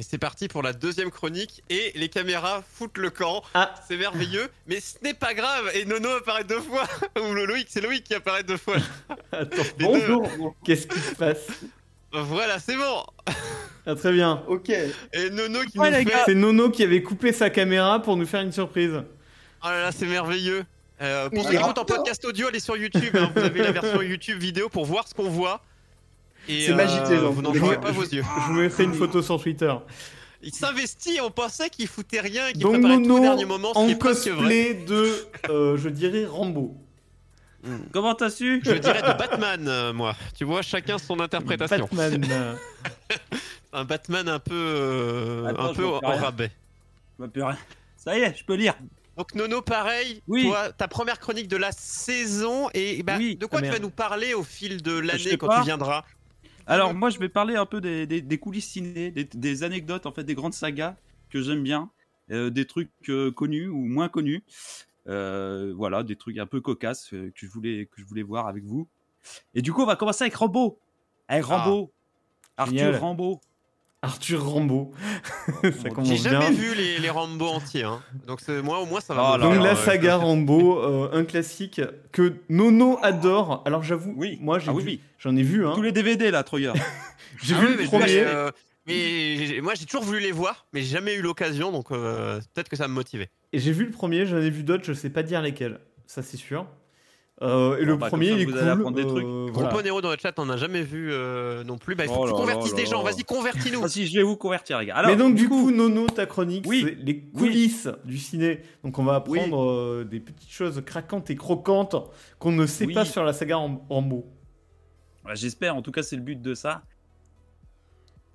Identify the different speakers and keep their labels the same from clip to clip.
Speaker 1: c'est parti pour la deuxième chronique et les caméras foutent le camp.
Speaker 2: Ah.
Speaker 1: C'est merveilleux, mais ce n'est pas grave. Et Nono apparaît deux fois, ou le Loïc, c'est Loïc qui apparaît deux fois.
Speaker 2: Attends,
Speaker 1: Les
Speaker 2: bonjour. Qu'est-ce qui se passe
Speaker 1: Voilà, c'est bon.
Speaker 2: Ah, Très bien.
Speaker 3: Ok.
Speaker 1: Et Nono qui
Speaker 3: Ouais,
Speaker 1: nous
Speaker 3: les
Speaker 1: fait.
Speaker 3: gars.
Speaker 2: C'est Nono qui avait coupé sa caméra pour nous faire une surprise.
Speaker 1: Oh là là, c'est merveilleux. Euh, pour
Speaker 3: Mais
Speaker 1: ceux qui
Speaker 3: alors-
Speaker 1: écoutent en podcast audio, allez sur YouTube. hein. Vous avez la version YouTube vidéo pour voir ce qu'on voit. Et, euh,
Speaker 3: C'est magique, les gens.
Speaker 1: Vous n'en
Speaker 3: Les
Speaker 1: jouez
Speaker 3: gars,
Speaker 1: pas vos yeux.
Speaker 2: Je vous mettrai une photo sur Twitter.
Speaker 1: Il s'investit. On pensait qu'il foutait rien, et qu'il
Speaker 2: Donc
Speaker 1: préparait tout au
Speaker 2: Nono
Speaker 1: dernier moment, ce qui
Speaker 2: En
Speaker 1: est presque vrai.
Speaker 2: cosplay de, euh, je dirais, Rambo.
Speaker 4: Comment t'as su
Speaker 1: Je dirais de Batman, euh, moi. Tu vois, chacun son interprétation.
Speaker 2: Batman. euh,
Speaker 1: un Batman un peu, euh,
Speaker 4: Attends,
Speaker 1: un
Speaker 4: je
Speaker 1: peu
Speaker 4: vois
Speaker 1: en
Speaker 4: plus rien.
Speaker 1: rabais.
Speaker 4: Je vois Bah, plus rien. Ça y est, je peux lire.
Speaker 1: Donc Nono, pareil,
Speaker 4: Oui.
Speaker 1: toi, ta première chronique de la saison, et bah,
Speaker 4: Oui.
Speaker 1: de quoi
Speaker 4: Ah,
Speaker 1: tu vas
Speaker 4: merde.
Speaker 1: nous parler au fil de
Speaker 4: Je
Speaker 1: l'année
Speaker 4: sais
Speaker 1: quand
Speaker 4: pas.
Speaker 1: tu viendras
Speaker 4: Alors moi je vais parler un peu des, des- des coulisses ciné, des, des anecdotes en fait, des grandes sagas que j'aime bien, euh, des trucs euh, connus ou moins connus, Euh, voilà, des trucs un peu cocasses euh, que je voulais que je voulais voir avec vous. Et du coup on va commencer avec Rambo, avec
Speaker 1: Ah.
Speaker 4: Rambo, Arthur
Speaker 2: Génial.
Speaker 4: Rambo.
Speaker 2: Arthur Rambo. ça commence
Speaker 1: J'ai jamais
Speaker 2: bien.
Speaker 1: vu les, les Rambo entiers, hein. donc c'est- moi au moins ça
Speaker 4: Oh
Speaker 1: va. me
Speaker 4: là
Speaker 1: plaire.
Speaker 2: Donc
Speaker 4: Alors,
Speaker 2: la
Speaker 1: Euh,
Speaker 2: saga Rambo, euh, un classique que Nono adore. Alors j'avoue,
Speaker 4: Oui.
Speaker 2: moi j'ai
Speaker 4: Ah
Speaker 2: vu-
Speaker 4: oui, oui.
Speaker 2: j'en ai vu. Hein.
Speaker 4: Tous les DVD là, Troyer.
Speaker 2: J'ai
Speaker 1: ah
Speaker 2: vu
Speaker 1: oui, mais
Speaker 2: le
Speaker 1: je vois,
Speaker 2: premier.
Speaker 1: euh, mais j'ai- moi j'ai toujours voulu les voir, mais j'ai jamais eu l'occasion, donc euh, peut-être que ça va me motivait.
Speaker 2: Et j'ai vu le premier, j'en ai vu d'autres, je sais pas dire lesquels. Ça c'est sûr. Euh, et
Speaker 4: Bon,
Speaker 2: le
Speaker 4: bah,
Speaker 2: premier,
Speaker 4: comme ça,
Speaker 2: il est
Speaker 4: vous
Speaker 2: cool.
Speaker 4: allez apprendre des trucs.
Speaker 2: euh,
Speaker 1: Gros
Speaker 2: voilà.
Speaker 1: Nero dans le chat, on n'a jamais vu euh, non plus. Bah, il faut
Speaker 4: Oh
Speaker 1: que tu
Speaker 4: là
Speaker 1: convertisses
Speaker 4: là
Speaker 1: des
Speaker 4: là
Speaker 1: gens,
Speaker 4: là.
Speaker 1: vas-y, convertis-nous.
Speaker 4: Ah, si je vais vous convertir les gars. Alors
Speaker 2: Mais donc du coup, Nono, ta chronique,
Speaker 4: Oui.
Speaker 2: c'est les coulisses du ciné. Donc on va
Speaker 4: Oui.
Speaker 2: apprendre euh, des petites choses craquantes et croquantes qu'on ne sait
Speaker 4: Oui.
Speaker 2: pas sur la saga Ram- Rambo.
Speaker 4: Voilà, J'espère, en tout cas, c'est le but de ça.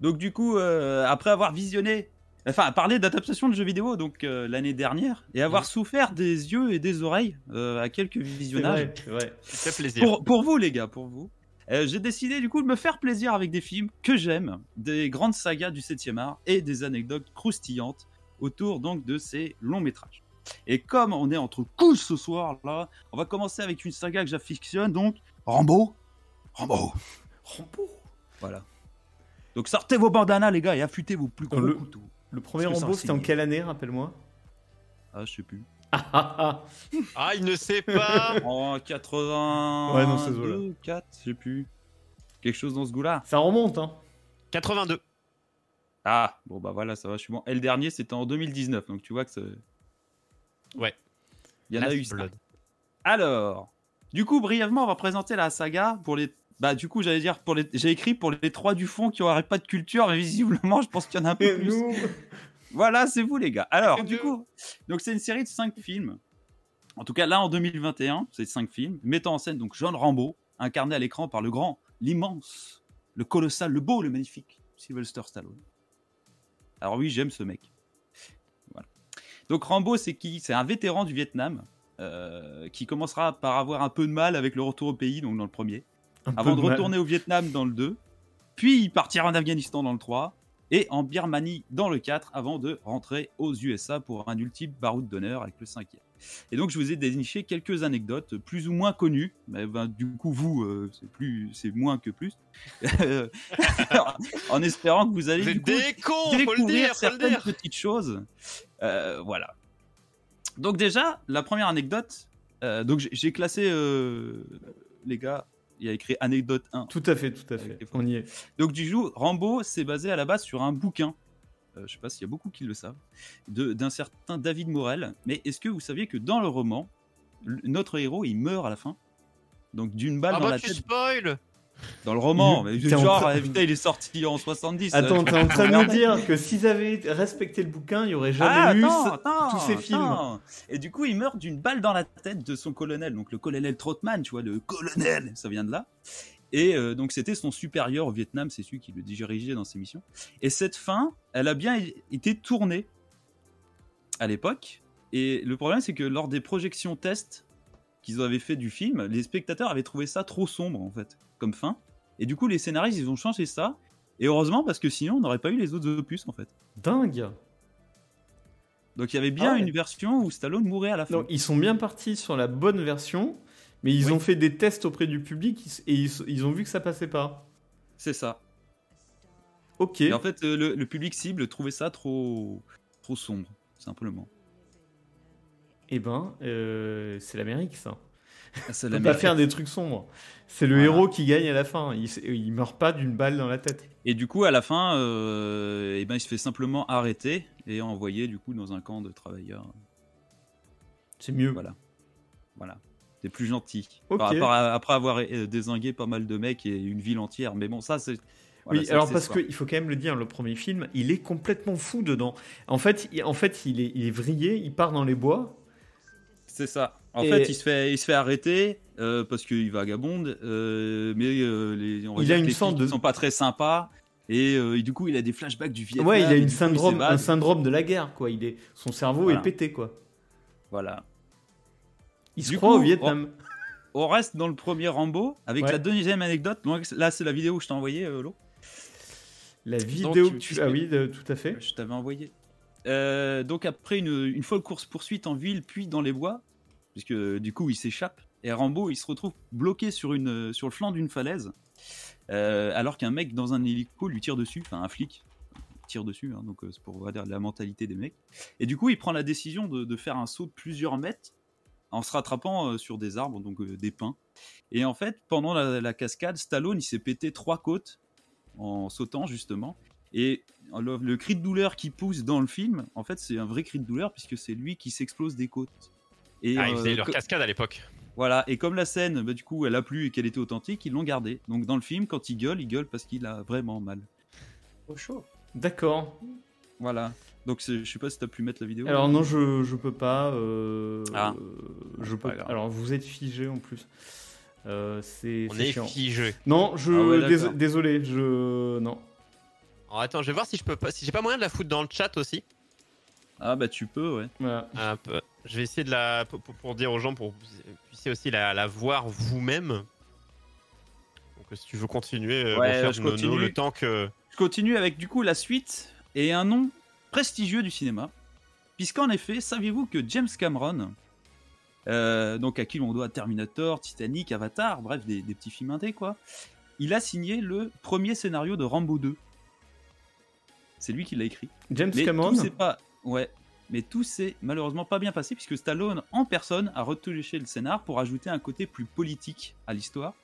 Speaker 4: Donc, du coup, euh, après avoir visionné, enfin, parlé d'adaptation de jeux vidéo donc euh, l'année dernière, et avoir souffert des yeux et des oreilles euh, à quelques
Speaker 2: C'est
Speaker 4: visionnages,
Speaker 2: vrai, c'est vrai.
Speaker 1: Ça fait plaisir.
Speaker 4: pour, pour vous, les gars, pour vous, euh, j'ai décidé du coup de me faire plaisir avec des films que j'aime, des grandes sagas du 7 e art et des anecdotes croustillantes autour donc de ces longs métrages. Et comme on est entre coups ce soir là, on va commencer avec une saga que j'affectionne donc Rambo. Rambo.
Speaker 2: Rambo.
Speaker 4: Voilà. Donc sortez vos bandanas, les gars, et affûtez vos plus gros
Speaker 2: Le-
Speaker 4: couteaux.
Speaker 2: Le premier
Speaker 4: Parce que ça
Speaker 2: Rambo,
Speaker 4: enseigne.
Speaker 2: c'était en quelle année, rappelle-moi
Speaker 4: Ah, je sais plus.
Speaker 2: Ah, ah, ah.
Speaker 1: Ah, il ne sait pas.
Speaker 4: En 80.
Speaker 2: Ouais, non, c'est ça, là.
Speaker 4: 4, je sais plus. Quelque chose dans ce goût-là.
Speaker 2: Ça remonte, hein
Speaker 1: 82.
Speaker 4: Ah, bon, bah voilà, ça va, je suis bon. Et le dernier, c'était en 2019, donc tu vois que c'est.
Speaker 1: Ouais.
Speaker 4: Il y en a
Speaker 1: Last
Speaker 4: eu ça.
Speaker 1: Blood.
Speaker 4: Alors, du coup, brièvement, on va présenter la saga pour les. Bah, du coup, j'allais dire, pour les... j'ai écrit pour les trois du fond qui n'auraient pas de culture, mais visiblement, je pense qu'il y en a un peu
Speaker 2: Et
Speaker 4: plus.
Speaker 2: nous
Speaker 4: Voilà, c'est vous les gars. Alors,
Speaker 1: Dieu.
Speaker 4: du coup, donc c'est une série de 5 films. En tout cas, là en 2021, c'est 5 films mettant en scène donc John Rambo, incarné à l'écran par le grand, l'immense, le colossal, le beau, le magnifique Sylvester Stallone. Alors oui, j'aime ce mec. Voilà. Donc Rambo, c'est qui C'est un vétéran du Vietnam euh, qui commencera par avoir un peu de mal avec le retour au pays, donc dans le premier
Speaker 2: Un peu
Speaker 4: avant de
Speaker 2: mal.
Speaker 4: retourner au Vietnam dans le 2, puis il partira en Afghanistan dans le 3, et en Birmanie dans le 4, avant de rentrer aux USA pour un ultime baroud d'honneur avec le 5e. Et donc je vous ai déniché quelques anecdotes plus ou moins connues, mais ben, du coup vous, euh, c'est plus, c'est moins que plus, en espérant que vous allez
Speaker 1: Vous
Speaker 4: du
Speaker 1: êtes des cons,
Speaker 4: coup,
Speaker 1: Oh, faut le
Speaker 4: découvrir
Speaker 1: dire, faut le
Speaker 4: certaines
Speaker 1: dire.
Speaker 4: petites choses. Euh, voilà. Donc déjà, la première anecdote, euh, donc j'ai- j'ai classé, euh, les gars, il y a écrit anecdote 1,
Speaker 2: Tout à fait, tout à
Speaker 4: Avec
Speaker 2: fait.
Speaker 4: les photos.
Speaker 2: On y est.
Speaker 4: donc du coup, Rambo, c'est basé à la base sur un bouquin. Euh, je sais pas s'il y a beaucoup qui le savent, de- d'un certain David Morel. Mais est-ce que vous saviez que dans le roman, l- notre héros, il meurt à la fin Donc d'une balle
Speaker 1: Ah
Speaker 4: dans
Speaker 1: bah
Speaker 4: la
Speaker 1: tu
Speaker 4: tête.
Speaker 1: spoil
Speaker 4: Dans le roman,
Speaker 2: Il-
Speaker 4: mais
Speaker 2: t'es en
Speaker 4: genre,
Speaker 2: train-
Speaker 4: eh, putain, il est sorti en 70.
Speaker 2: Attends,
Speaker 4: euh, je-
Speaker 2: t'es en train de nous dire que s'ils avaient respecté le bouquin, il y aurait jamais
Speaker 4: Ah,
Speaker 2: eu
Speaker 4: attends,
Speaker 2: ça-
Speaker 4: attends,
Speaker 2: tous ces films.
Speaker 4: attends. Et du coup, il meurt d'une balle dans la tête de son colonel, donc le colonel Trotman, tu vois, le colonel, ça vient de là. Et euh, donc c'était son supérieur au Vietnam, c'est celui qui le dirigeait dans ses missions. Et cette fin, elle a bien été tournée à l'époque. Et le problème, c'est que lors des projections tests qu'ils avaient fait du film, les spectateurs avaient trouvé ça trop sombre en fait, comme fin. Et du coup, les scénaristes, ils ont changé ça. Et heureusement, parce que sinon, on n'aurait pas eu les autres opus en fait.
Speaker 2: Dingue.
Speaker 4: Donc il y avait bien
Speaker 2: Ah ouais.
Speaker 4: une version où Stallone mourait à la fin.
Speaker 2: Non, ils sont bien partis sur la bonne version, mais ils
Speaker 4: Oui.
Speaker 2: ont fait des tests auprès du public ils- et ils, ils ont vu que ça passait pas.
Speaker 4: C'est ça.
Speaker 2: Ok.
Speaker 4: Et en fait, euh, le, le public cible trouvait ça trop, trop sombre, simplement.
Speaker 2: Eh ben, euh, c'est l'Amérique, ça.
Speaker 4: Ah, ça
Speaker 2: On
Speaker 4: l'a
Speaker 2: peut pas
Speaker 4: mis.
Speaker 2: faire des trucs sombres. C'est le
Speaker 4: Voilà.
Speaker 2: héros qui gagne à la fin. Il, s- il meurt pas d'une balle dans la tête.
Speaker 4: Et du coup, à la fin, euh, eh ben, il se fait simplement arrêter et envoyer du coup dans un camp de travailleurs.
Speaker 2: C'est mieux.
Speaker 4: Voilà. Voilà. C'est plus gentil.
Speaker 2: Mm. Ok.
Speaker 4: Par rapport à- après avoir euh, désingué pas mal de mecs et une ville entière. Mais bon, ça, c'est. voilà,
Speaker 2: oui,
Speaker 4: c'est
Speaker 2: alors parce
Speaker 4: accessoire.
Speaker 2: qu'il faut quand même le dire, le premier film, il est complètement fou dedans. En fait, il, en fait, il, est, il est vrillé, il part dans les bois.
Speaker 4: C'est ça. En
Speaker 2: Et-
Speaker 4: fait, il se fait, il se fait arrêter euh, parce qu'il vagabonde, euh, mais euh, les, on va
Speaker 2: Il
Speaker 4: dire
Speaker 2: a
Speaker 4: que
Speaker 2: une
Speaker 4: les
Speaker 2: sorte
Speaker 4: flics
Speaker 2: de-
Speaker 4: sont pas très sympas. Et, euh, et du coup, il a des flashbacks du Vietnam.
Speaker 2: ouais, il a
Speaker 4: et
Speaker 2: une
Speaker 4: du coup,
Speaker 2: syndrome, un
Speaker 4: s'évade.
Speaker 2: syndrome de la guerre, quoi. Il est, son cerveau
Speaker 4: Voilà.
Speaker 2: est pété, quoi.
Speaker 4: Voilà.
Speaker 2: Il se
Speaker 4: Du
Speaker 2: croit
Speaker 4: coup,
Speaker 2: au Vietnam.
Speaker 4: On reste dans le premier Rambo avec
Speaker 2: Ouais.
Speaker 4: la deuxième anecdote. Donc, là, c'est la vidéo que je t'ai envoyée, euh, Lo.
Speaker 2: La vidéo
Speaker 4: tu-
Speaker 2: que tu...
Speaker 4: tu-
Speaker 2: Ah oui, de- tout à fait.
Speaker 4: Je t'avais envoyé. Euh, donc après une, une folle course poursuite en ville, puis dans les bois, puisque euh, du coup il s'échappe et Rambo il se retrouve bloqué sur une euh, sur le flanc d'une falaise, euh, alors qu'un mec dans un hélico lui tire dessus, enfin un flic tire dessus, hein, donc euh, c'est pour voir la mentalité des mecs. Et du coup il prend la décision de, de faire un saut de plusieurs mètres en se rattrapant euh, sur des arbres, donc euh, des pins. Et en fait pendant la, la cascade, Stallone il s'est pété trois côtes en sautant justement. Et le, le cri de douleur qui pousse dans le film, en fait, c'est un vrai cri de douleur puisque c'est lui qui s'explose des côtes. Et,
Speaker 1: Ah, ils
Speaker 4: euh,
Speaker 1: faisaient leur
Speaker 4: co-
Speaker 1: cascade à l'époque.
Speaker 4: voilà, et comme la scène, bah, du coup, elle a plu et qu'elle était authentique, ils l'ont gardée. Donc dans le film, quand il gueule, il gueule parce qu'il a vraiment mal.
Speaker 2: D'accord.
Speaker 4: Voilà. Donc c'est- je sais pas si t'as pu mettre la vidéo.
Speaker 2: Alors non, je, je peux pas. euh,
Speaker 4: Ah.
Speaker 2: euh, je
Speaker 4: Pas
Speaker 2: peux.
Speaker 4: grave.
Speaker 2: Alors vous êtes figé en plus. Euh, c'est
Speaker 1: On
Speaker 2: c'est
Speaker 1: est
Speaker 2: chiant.
Speaker 1: figé.
Speaker 2: Non, je
Speaker 4: Ah ouais,
Speaker 2: dés-
Speaker 4: d'accord.
Speaker 2: désolé, je non.
Speaker 1: Alors, attends, je vais voir si je peux pas, si j'ai pas moyen de la foutre dans le chat aussi.
Speaker 4: Ah bah tu peux, ouais.
Speaker 2: Voilà.
Speaker 1: Un peu. Je vais essayer de la pour, pour- pour dire aux gens pour que vous puissiez aussi la, la voir vous-même. Donc si tu veux continuer, euh,
Speaker 4: Ouais,
Speaker 1: mon cher
Speaker 4: je
Speaker 1: Nono,
Speaker 4: continue.
Speaker 1: le temps que
Speaker 4: Je continue avec du coup la suite et un nom prestigieux du cinéma. Puisqu'en effet, saviez-vous que James Cameron, euh, donc à qui l'on doit Terminator, Titanic, Avatar, bref, des, des petits films indés quoi, il a signé le premier scénario de Rambo 2. C'est lui qui l'a écrit.
Speaker 2: James
Speaker 4: Mais
Speaker 2: Cameron.
Speaker 4: tout s'est pas. Ouais. Mais tout s'est malheureusement pas bien passé puisque Stallone en personne a retouché le scénar pour ajouter un côté plus politique à l'histoire.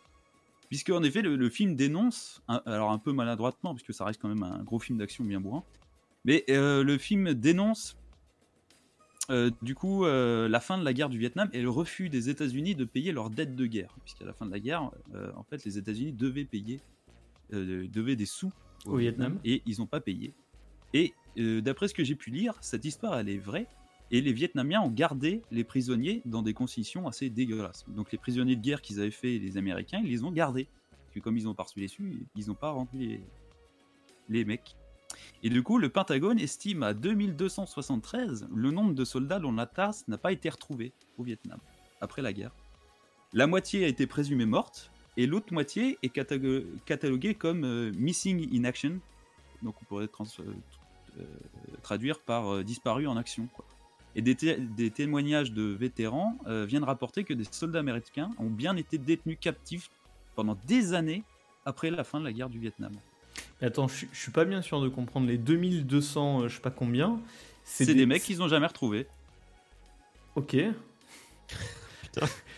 Speaker 4: Puisque en effet le, le film dénonce, un- alors un peu maladroitement puisque ça reste quand même un gros film d'action bien bourrin, mais euh, le film dénonce euh, du coup euh, la fin de la guerre du Vietnam et le refus des États-Unis de payer leur dette de guerre. Puisqu'à la fin de la guerre, euh, en fait les États-Unis devaient payer, euh, devaient des sous
Speaker 2: Au Vietnam.
Speaker 4: et ils n'ont pas payé. Et euh, d'après ce que j'ai pu lire, cette histoire elle est vraie. Et les Vietnamiens ont gardé les prisonniers dans des conditions assez dégueulasses. Donc les prisonniers de guerre qu'ils avaient fait, les Américains, ils les ont gardés. Parce que comme ils ont pas reçu les sous, ils n'ont pas rendu les, les mecs. Et du coup, le Pentagone estime à 2273 le nombre de soldats dont la tasse n'a pas été retrouvée au Vietnam, après la guerre. La moitié a été présumée morte, et l'autre moitié est catago- cataloguée comme euh, Missing in Action, donc on pourrait trans- euh, t- euh, traduire par euh, disparu en action. quoi. Et des, té- des témoignages de vétérans euh, viennent rapporter que des soldats américains ont bien été détenus captifs pendant des années après la fin de la guerre du Vietnam.
Speaker 2: Mais Attends, je, suis- je suis pas bien sûr de comprendre les 2200, euh, je sais pas combien.
Speaker 4: C'est des... mecs qu'ils n'ont jamais retrouvés.
Speaker 2: Ok.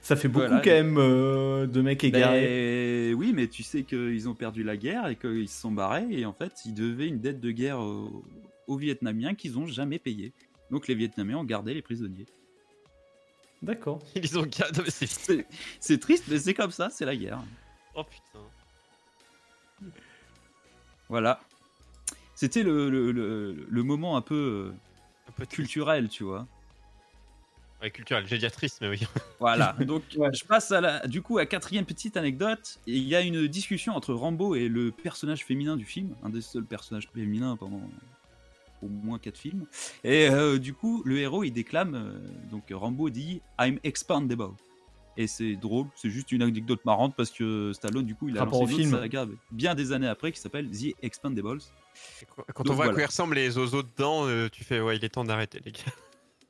Speaker 2: Ça fait beaucoup
Speaker 4: Voilà.
Speaker 2: quand même euh, de mecs égarés.
Speaker 4: Ben, oui, mais tu sais qu'ils ont perdu la guerre et qu'ils se sont barrés et en fait ils devaient une dette de guerre aux, aux Vietnamiens qu'ils n'ont jamais payée. Donc les Vietnamiens ont gardé les prisonniers. Ben-
Speaker 2: D'accord.
Speaker 1: ils ont gardé. mais c'est-
Speaker 4: C'est c'est triste, mais c'est comme ça, c'est la guerre.
Speaker 1: Oh putain.
Speaker 4: Voilà. C'était le, le- le- le moment un peu euh,
Speaker 1: Un peu culturel.
Speaker 4: culturel, tu vois.
Speaker 1: Ouais, culturel. J'ai dire triste, mais oui.
Speaker 4: Voilà. Donc
Speaker 2: Ouais.
Speaker 4: je passe à la, du coup à quatrième petite anecdote. Et Il y a une discussion entre Rambo et le personnage féminin du film, un des seuls personnages féminins pendant au moins quatre films. Et euh, du coup, le héros il déclame euh, donc Rambo dit I'm expandable. Et c'est drôle, c'est juste une anecdote marrante parce que Stallone du coup il a
Speaker 2: Rapport
Speaker 4: lancé
Speaker 2: au
Speaker 4: une autre
Speaker 2: film.
Speaker 4: saga bien des années après qui s'appelle The Expandables.
Speaker 1: Quand on
Speaker 4: Donc,
Speaker 1: voit à
Speaker 4: voilà.
Speaker 1: quoi ils ressemblent les oiseaux dedans, euh, tu fais ouais, il est temps d'arrêter les gars.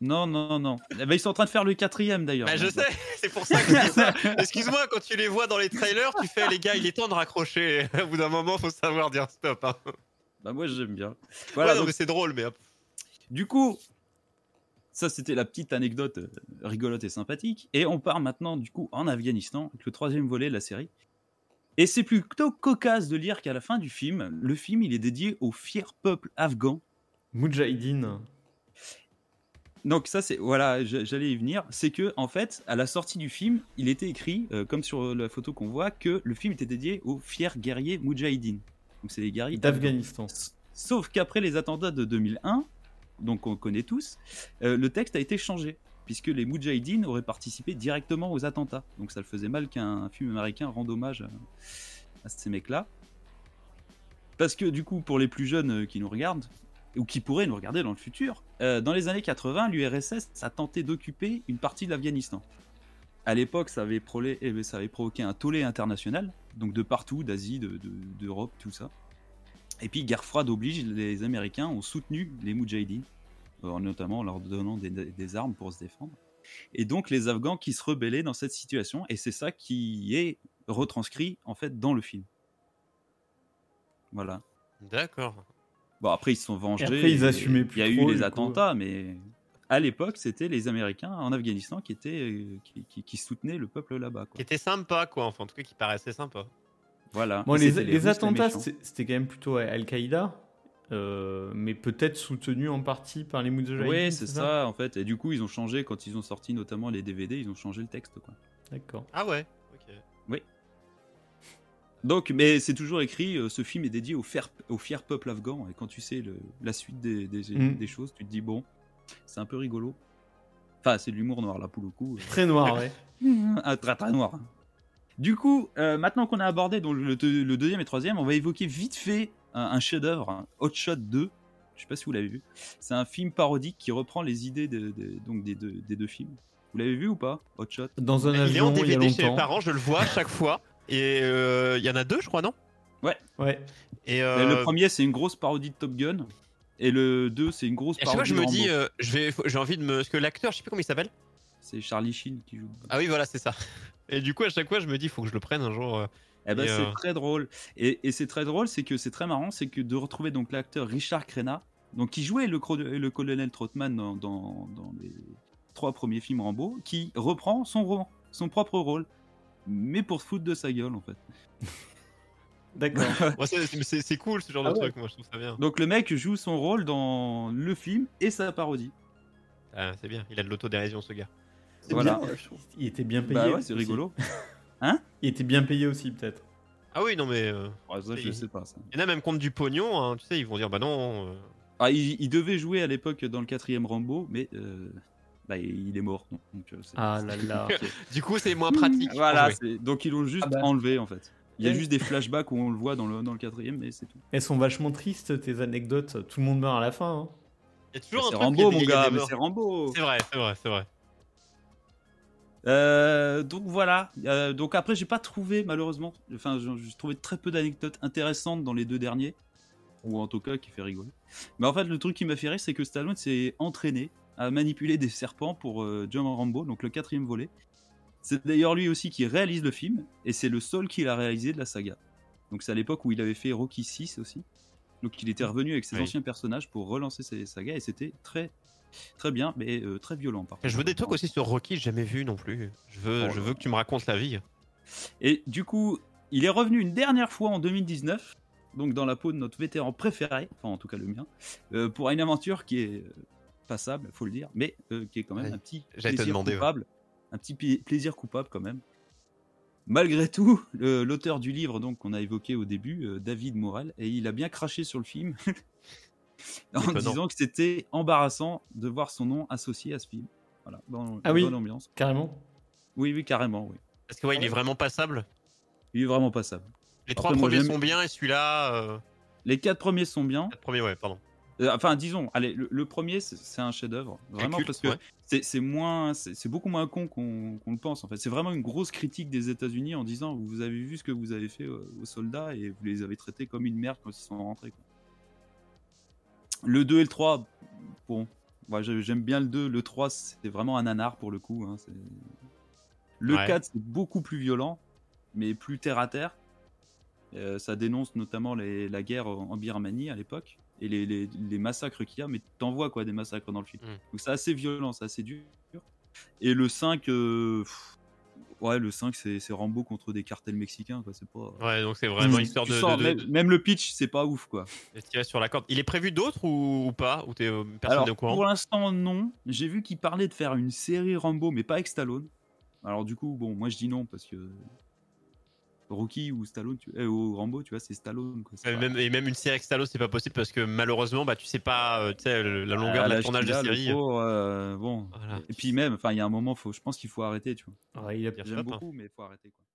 Speaker 4: Non non non. Eh ben, ils sont en train de faire le quatrième d'ailleurs. bah,
Speaker 1: Bah, je
Speaker 4: Donc,
Speaker 1: sais, c'est pour ça que je dis ça. Excuse-moi, quand tu les vois dans les trailers, tu fais les gars, il est temps de raccrocher. Au bout d'un moment, faut savoir dire stop. hein.
Speaker 4: Bah moi j'aime bien.
Speaker 1: Voilà,
Speaker 4: Voilà, donc,
Speaker 1: mais c'est drôle, mais
Speaker 4: du coup, ça c'était la petite anecdote euh, rigolote et sympathique. Et on part maintenant du coup en Afghanistan avec le troisième volet de la série. Et c'est plutôt cocasse de lire qu'à la fin du film, le film il est dédié au fier peuple afghan
Speaker 2: Moudjahidine.
Speaker 4: Donc ça c'est voilà, j- j'allais y venir, c'est que en fait, à la sortie du film, il était écrit euh, comme sur la photo qu'on voit que le film était dédié aux fiers guerriers Moudjahidines. Donc c'est les guerriers
Speaker 2: D'Afghanistan.
Speaker 4: Sauf qu'après les attentats de 2001, donc on connaît tous, euh, le texte a été changé, puisque les Moudjahidines auraient participé directement aux attentats. Donc ça le faisait mal qu'un film américain rende hommage à, à ces mecs-là. Parce que du coup, pour les plus jeunes euh, qui nous regardent, ou qui pourraient nous regarder dans le futur, euh, dans les années 80, l'URSS a tenté d'occuper une partie de l'Afghanistan. À l'époque, ça, avait prolé- eh ben, ça avait provoqué un tollé international, donc de partout, d'Asie, de- de- d'Europe, tout ça. Et puis, guerre froide oblige, les Américains ont soutenu les Moudjahidines, euh, notamment en leur donnant des, des armes pour se défendre. Et donc, les Afghans qui se rebellaient dans cette situation, et c'est ça qui est retranscrit, en fait, dans le film. Voilà.
Speaker 1: D'accord.
Speaker 4: Bon, après, ils se sont vengés.
Speaker 2: après, ils
Speaker 4: et
Speaker 2: assumaient plus
Speaker 4: Il y a eu
Speaker 2: trop, du
Speaker 4: les
Speaker 2: coup.
Speaker 4: attentats, mais à l'époque, c'était les Américains en Afghanistan qui, étaient, euh, qui, qui- qui soutenaient le peuple là-bas. quoi.
Speaker 1: Qui était sympa, quoi. Enfin, en tout cas, qui paraissait sympa.
Speaker 4: Voilà.
Speaker 2: Bon,
Speaker 4: Et
Speaker 2: les,
Speaker 4: c'était
Speaker 2: les
Speaker 4: Russes,
Speaker 2: attentats,
Speaker 4: méchants.
Speaker 2: c'était c'était quand même plutôt à Al-Qaïda, euh, mais peut-être soutenu en partie par les Moudjahidines.
Speaker 4: Oui, c'est ça, en fait. Et du coup, ils ont changé, quand ils ont sorti notamment les DVD, ils ont changé le texte. Quoi.
Speaker 2: D'accord.
Speaker 1: Ah ouais. Ok.
Speaker 4: Donc, mais c'est toujours écrit, euh, ce film est dédié au, fer- au fier peuple afghan. Et quand tu sais le- la suite des, des-
Speaker 2: Mm.
Speaker 4: des choses, tu te dis, bon, c'est un peu rigolo. Enfin, c'est de l'humour noir, là, pour le coup.
Speaker 2: Très noir, ouais.
Speaker 4: Ah, très très noir. Du coup, euh, maintenant qu'on a abordé donc, le, deux- le deuxième et troisième, on va évoquer vite fait un, un chef-d'œuvre, hein, Hot Shot 2. Je sais pas si vous l'avez vu. C'est un film parodique qui reprend les idées de- de- donc, des, deux, des deux films. Vous l'avez vu ou pas Hot Shot
Speaker 2: Dans un
Speaker 1: Il est en
Speaker 2: avion, il y a
Speaker 1: DVD chez mes
Speaker 2: longtemps.
Speaker 1: parents, je le vois à chaque fois. Et euh, il y en a deux, je crois, non
Speaker 2: Ouais.
Speaker 1: Et
Speaker 4: Mais
Speaker 1: euh,
Speaker 4: Le premier, c'est une grosse parodie de Top Gun. Et le 2, c'est une grosse
Speaker 1: à chaque fois,
Speaker 4: parodie
Speaker 1: je
Speaker 4: de
Speaker 1: me
Speaker 4: Rambo.
Speaker 1: dis, euh, je vais, faut- j'ai envie de me. Parce que l'acteur, je sais plus comment il s'appelle.
Speaker 4: C'est Charlie Sheen qui joue.
Speaker 1: Ah oui, voilà, c'est ça. Et du coup, à chaque fois, je me dis, faut que je le prenne un jour. euh.
Speaker 4: Eh ben,
Speaker 1: Et,
Speaker 4: c'est
Speaker 1: euh,
Speaker 4: très drôle. Et, et c'est très drôle, c'est que c'est très marrant, c'est que de retrouver donc l'acteur Richard Crenna, donc qui jouait le, cro- le colonel Trotman dans, dans- dans les trois premiers films Rambo, qui reprend son roman, son propre rôle, mais pour se foutre de sa gueule en fait.
Speaker 2: D'accord.
Speaker 1: Moi, c'est- c'est c'est cool ce genre
Speaker 2: Ah
Speaker 1: de
Speaker 2: ouais.
Speaker 1: truc, moi, je trouve ça bien.
Speaker 4: Donc le mec joue son rôle dans le film et sa parodie.
Speaker 1: Ah, c'est bien, il a de l'autodérision, ce gars.
Speaker 2: C'est
Speaker 4: Voilà.
Speaker 2: bien, ouais, je trouve. il était bien payé.
Speaker 4: Bah ouais, c'est
Speaker 2: aussi.
Speaker 4: rigolo.
Speaker 2: Il était bien payé aussi, peut-être.
Speaker 1: Ah oui, non, mais. euh,
Speaker 4: Ouais, ça, je
Speaker 1: Oui.
Speaker 4: sais pas ça.
Speaker 1: Il y en a même compte du pognon, hein, tu sais, ils vont dire, bah non. euh,
Speaker 4: Ah, il, il devait jouer à l'époque dans le quatrième Rambo, mais euh, bah, il est mort. Donc, euh, c'est-
Speaker 2: Ah là là.
Speaker 1: Du coup, c'est moins pratique.
Speaker 4: Voilà,
Speaker 1: pour jouer.
Speaker 4: c'est- donc ils l'ont juste
Speaker 2: Ah bah.
Speaker 4: enlevé en fait. Il y a
Speaker 2: Et-
Speaker 4: juste des flashbacks où on le voit dans le, dans le quatrième, mais c'est tout.
Speaker 2: Elles sont vachement tristes, tes anecdotes. Tout le monde meurt à la fin. hein.
Speaker 1: Il y a toujours un
Speaker 4: C'est
Speaker 1: truc.
Speaker 4: Rambo,
Speaker 1: qui est- il
Speaker 4: mon
Speaker 1: y a
Speaker 4: gars,
Speaker 1: des
Speaker 4: mais
Speaker 1: morts.
Speaker 4: c'est Rambo.
Speaker 1: C'est vrai, c'est vrai, c'est vrai.
Speaker 4: Euh, donc voilà. Euh, donc après, j'ai pas trouvé, malheureusement, enfin, j'ai j'ai trouvé très peu d'anecdotes intéressantes dans les deux derniers, ou en tout cas qui fait rigoler. Mais en fait, le truc qui m'a fait rire, c'est que Stallone s'est entraîné à manipuler des serpents pour euh, John Rambo, donc le quatrième volet. C'est d'ailleurs lui aussi qui réalise le film, et c'est le seul qu'il a réalisé de la saga. Donc c'est à l'époque où il avait fait Rocky 6 aussi. Donc il était revenu avec ses
Speaker 1: Oui.
Speaker 4: anciens personnages pour relancer ses sagas, et c'était très très bien, mais euh, très violent par
Speaker 1: Je veux
Speaker 4: contre.
Speaker 1: des trucs aussi sur Rocky, j'ai jamais vu non plus. Je veux,
Speaker 4: Oh
Speaker 1: je
Speaker 4: là
Speaker 1: veux que tu me racontes la vie.
Speaker 4: Et du coup, il est revenu une dernière fois en 2019, donc dans la peau de notre vétéran préféré, enfin en tout cas le mien, euh, pour une aventure qui est euh, passable, faut le dire, mais euh, qui est quand même
Speaker 1: Ouais,
Speaker 4: un petit
Speaker 1: j'allais te
Speaker 4: plaisir
Speaker 1: demander, ouais.
Speaker 4: coupable, un petit pi- plaisir coupable quand même. Malgré tout, le- l'auteur du livre donc qu'on a évoqué au début, euh, David Morel, et il a bien craché sur le film en
Speaker 1: Étonnant.
Speaker 4: disant que c'était embarrassant de voir son nom associé à ce film. Voilà, dans
Speaker 2: Ah
Speaker 4: la
Speaker 2: oui.
Speaker 4: bonne ambiance.
Speaker 2: Carrément.
Speaker 4: Oui, oui, carrément, oui.
Speaker 1: Parce que ouais, il est vraiment passable.
Speaker 4: Il est vraiment passable.
Speaker 1: Les
Speaker 4: Après,
Speaker 1: trois
Speaker 4: moi,
Speaker 1: premiers
Speaker 4: j'aime-
Speaker 1: sont bien et celui-là. euh,
Speaker 4: Les quatre premiers sont bien.
Speaker 1: Quatre premiers, ouais, pardon.
Speaker 4: Euh, enfin, disons, allez, le, le premier, c'est- c'est un chef-d'œuvre, vraiment,
Speaker 1: Culte,
Speaker 4: parce que
Speaker 1: ouais.
Speaker 4: c'est- c'est moins, c'est c'est beaucoup moins con qu'on qu'on le pense. En fait, c'est vraiment une grosse critique des États-Unis en disant vous avez vu ce que vous avez fait euh, aux soldats et vous les avez traités comme une merde quand ils sont rentrés. quoi. Le 2 et le 3, bon, moi, je- j'aime bien le 2. Le 3, c'était vraiment un nanar pour le coup. hein, c'est- le
Speaker 1: Ouais.
Speaker 4: 4, c'est beaucoup plus violent, mais plus terre à terre. Euh, ça dénonce notamment les- la guerre en, en Birmanie à l'époque et les, les- les massacres qu'il y a, mais t'en vois quoi des massacres dans le film.
Speaker 1: Mm.
Speaker 4: Donc c'est assez violent, c'est assez dur. Et le 5, euh, pff, ouais, le 5, c'est c'est Rambo contre des cartels mexicains, quoi. C'est pas.
Speaker 1: Ouais, donc c'est vraiment
Speaker 2: Tu-
Speaker 1: histoire
Speaker 4: Tu
Speaker 1: de,
Speaker 4: sors,
Speaker 1: de- de-
Speaker 4: même, même le pitch, c'est pas ouf, quoi.
Speaker 1: de tirer sur la corde. Il est prévu d'autres ou, ou pas Ou t'es euh, personne
Speaker 4: Alors,
Speaker 1: n'est au courant
Speaker 4: pour l'instant, non. J'ai vu qu'il parlait de faire une série Rambo, mais pas avec Stallone. Alors, du coup, bon, moi je dis non parce que. Rocky ou Stallone, tu... eh, ou Rambo, tu vois, c'est Stallone. Quoi. C'est
Speaker 1: Et
Speaker 4: pas-
Speaker 1: même, et même une série avec Stallone, c'est pas possible parce que malheureusement, bah, tu sais pas euh, tu sais, le- la longueur
Speaker 4: Ah,
Speaker 1: de la
Speaker 4: là,
Speaker 1: tournage de
Speaker 4: Shida, le
Speaker 1: série.
Speaker 4: pauvre, euh, bon.
Speaker 1: Voilà.
Speaker 4: Et puis même, enfin, il y a un moment, faut, je pense qu'il faut arrêter, tu vois.
Speaker 2: Ouais, il a
Speaker 1: Dire
Speaker 4: J'aime
Speaker 1: stop, hein.
Speaker 4: beaucoup, mais il faut arrêter. Quoi.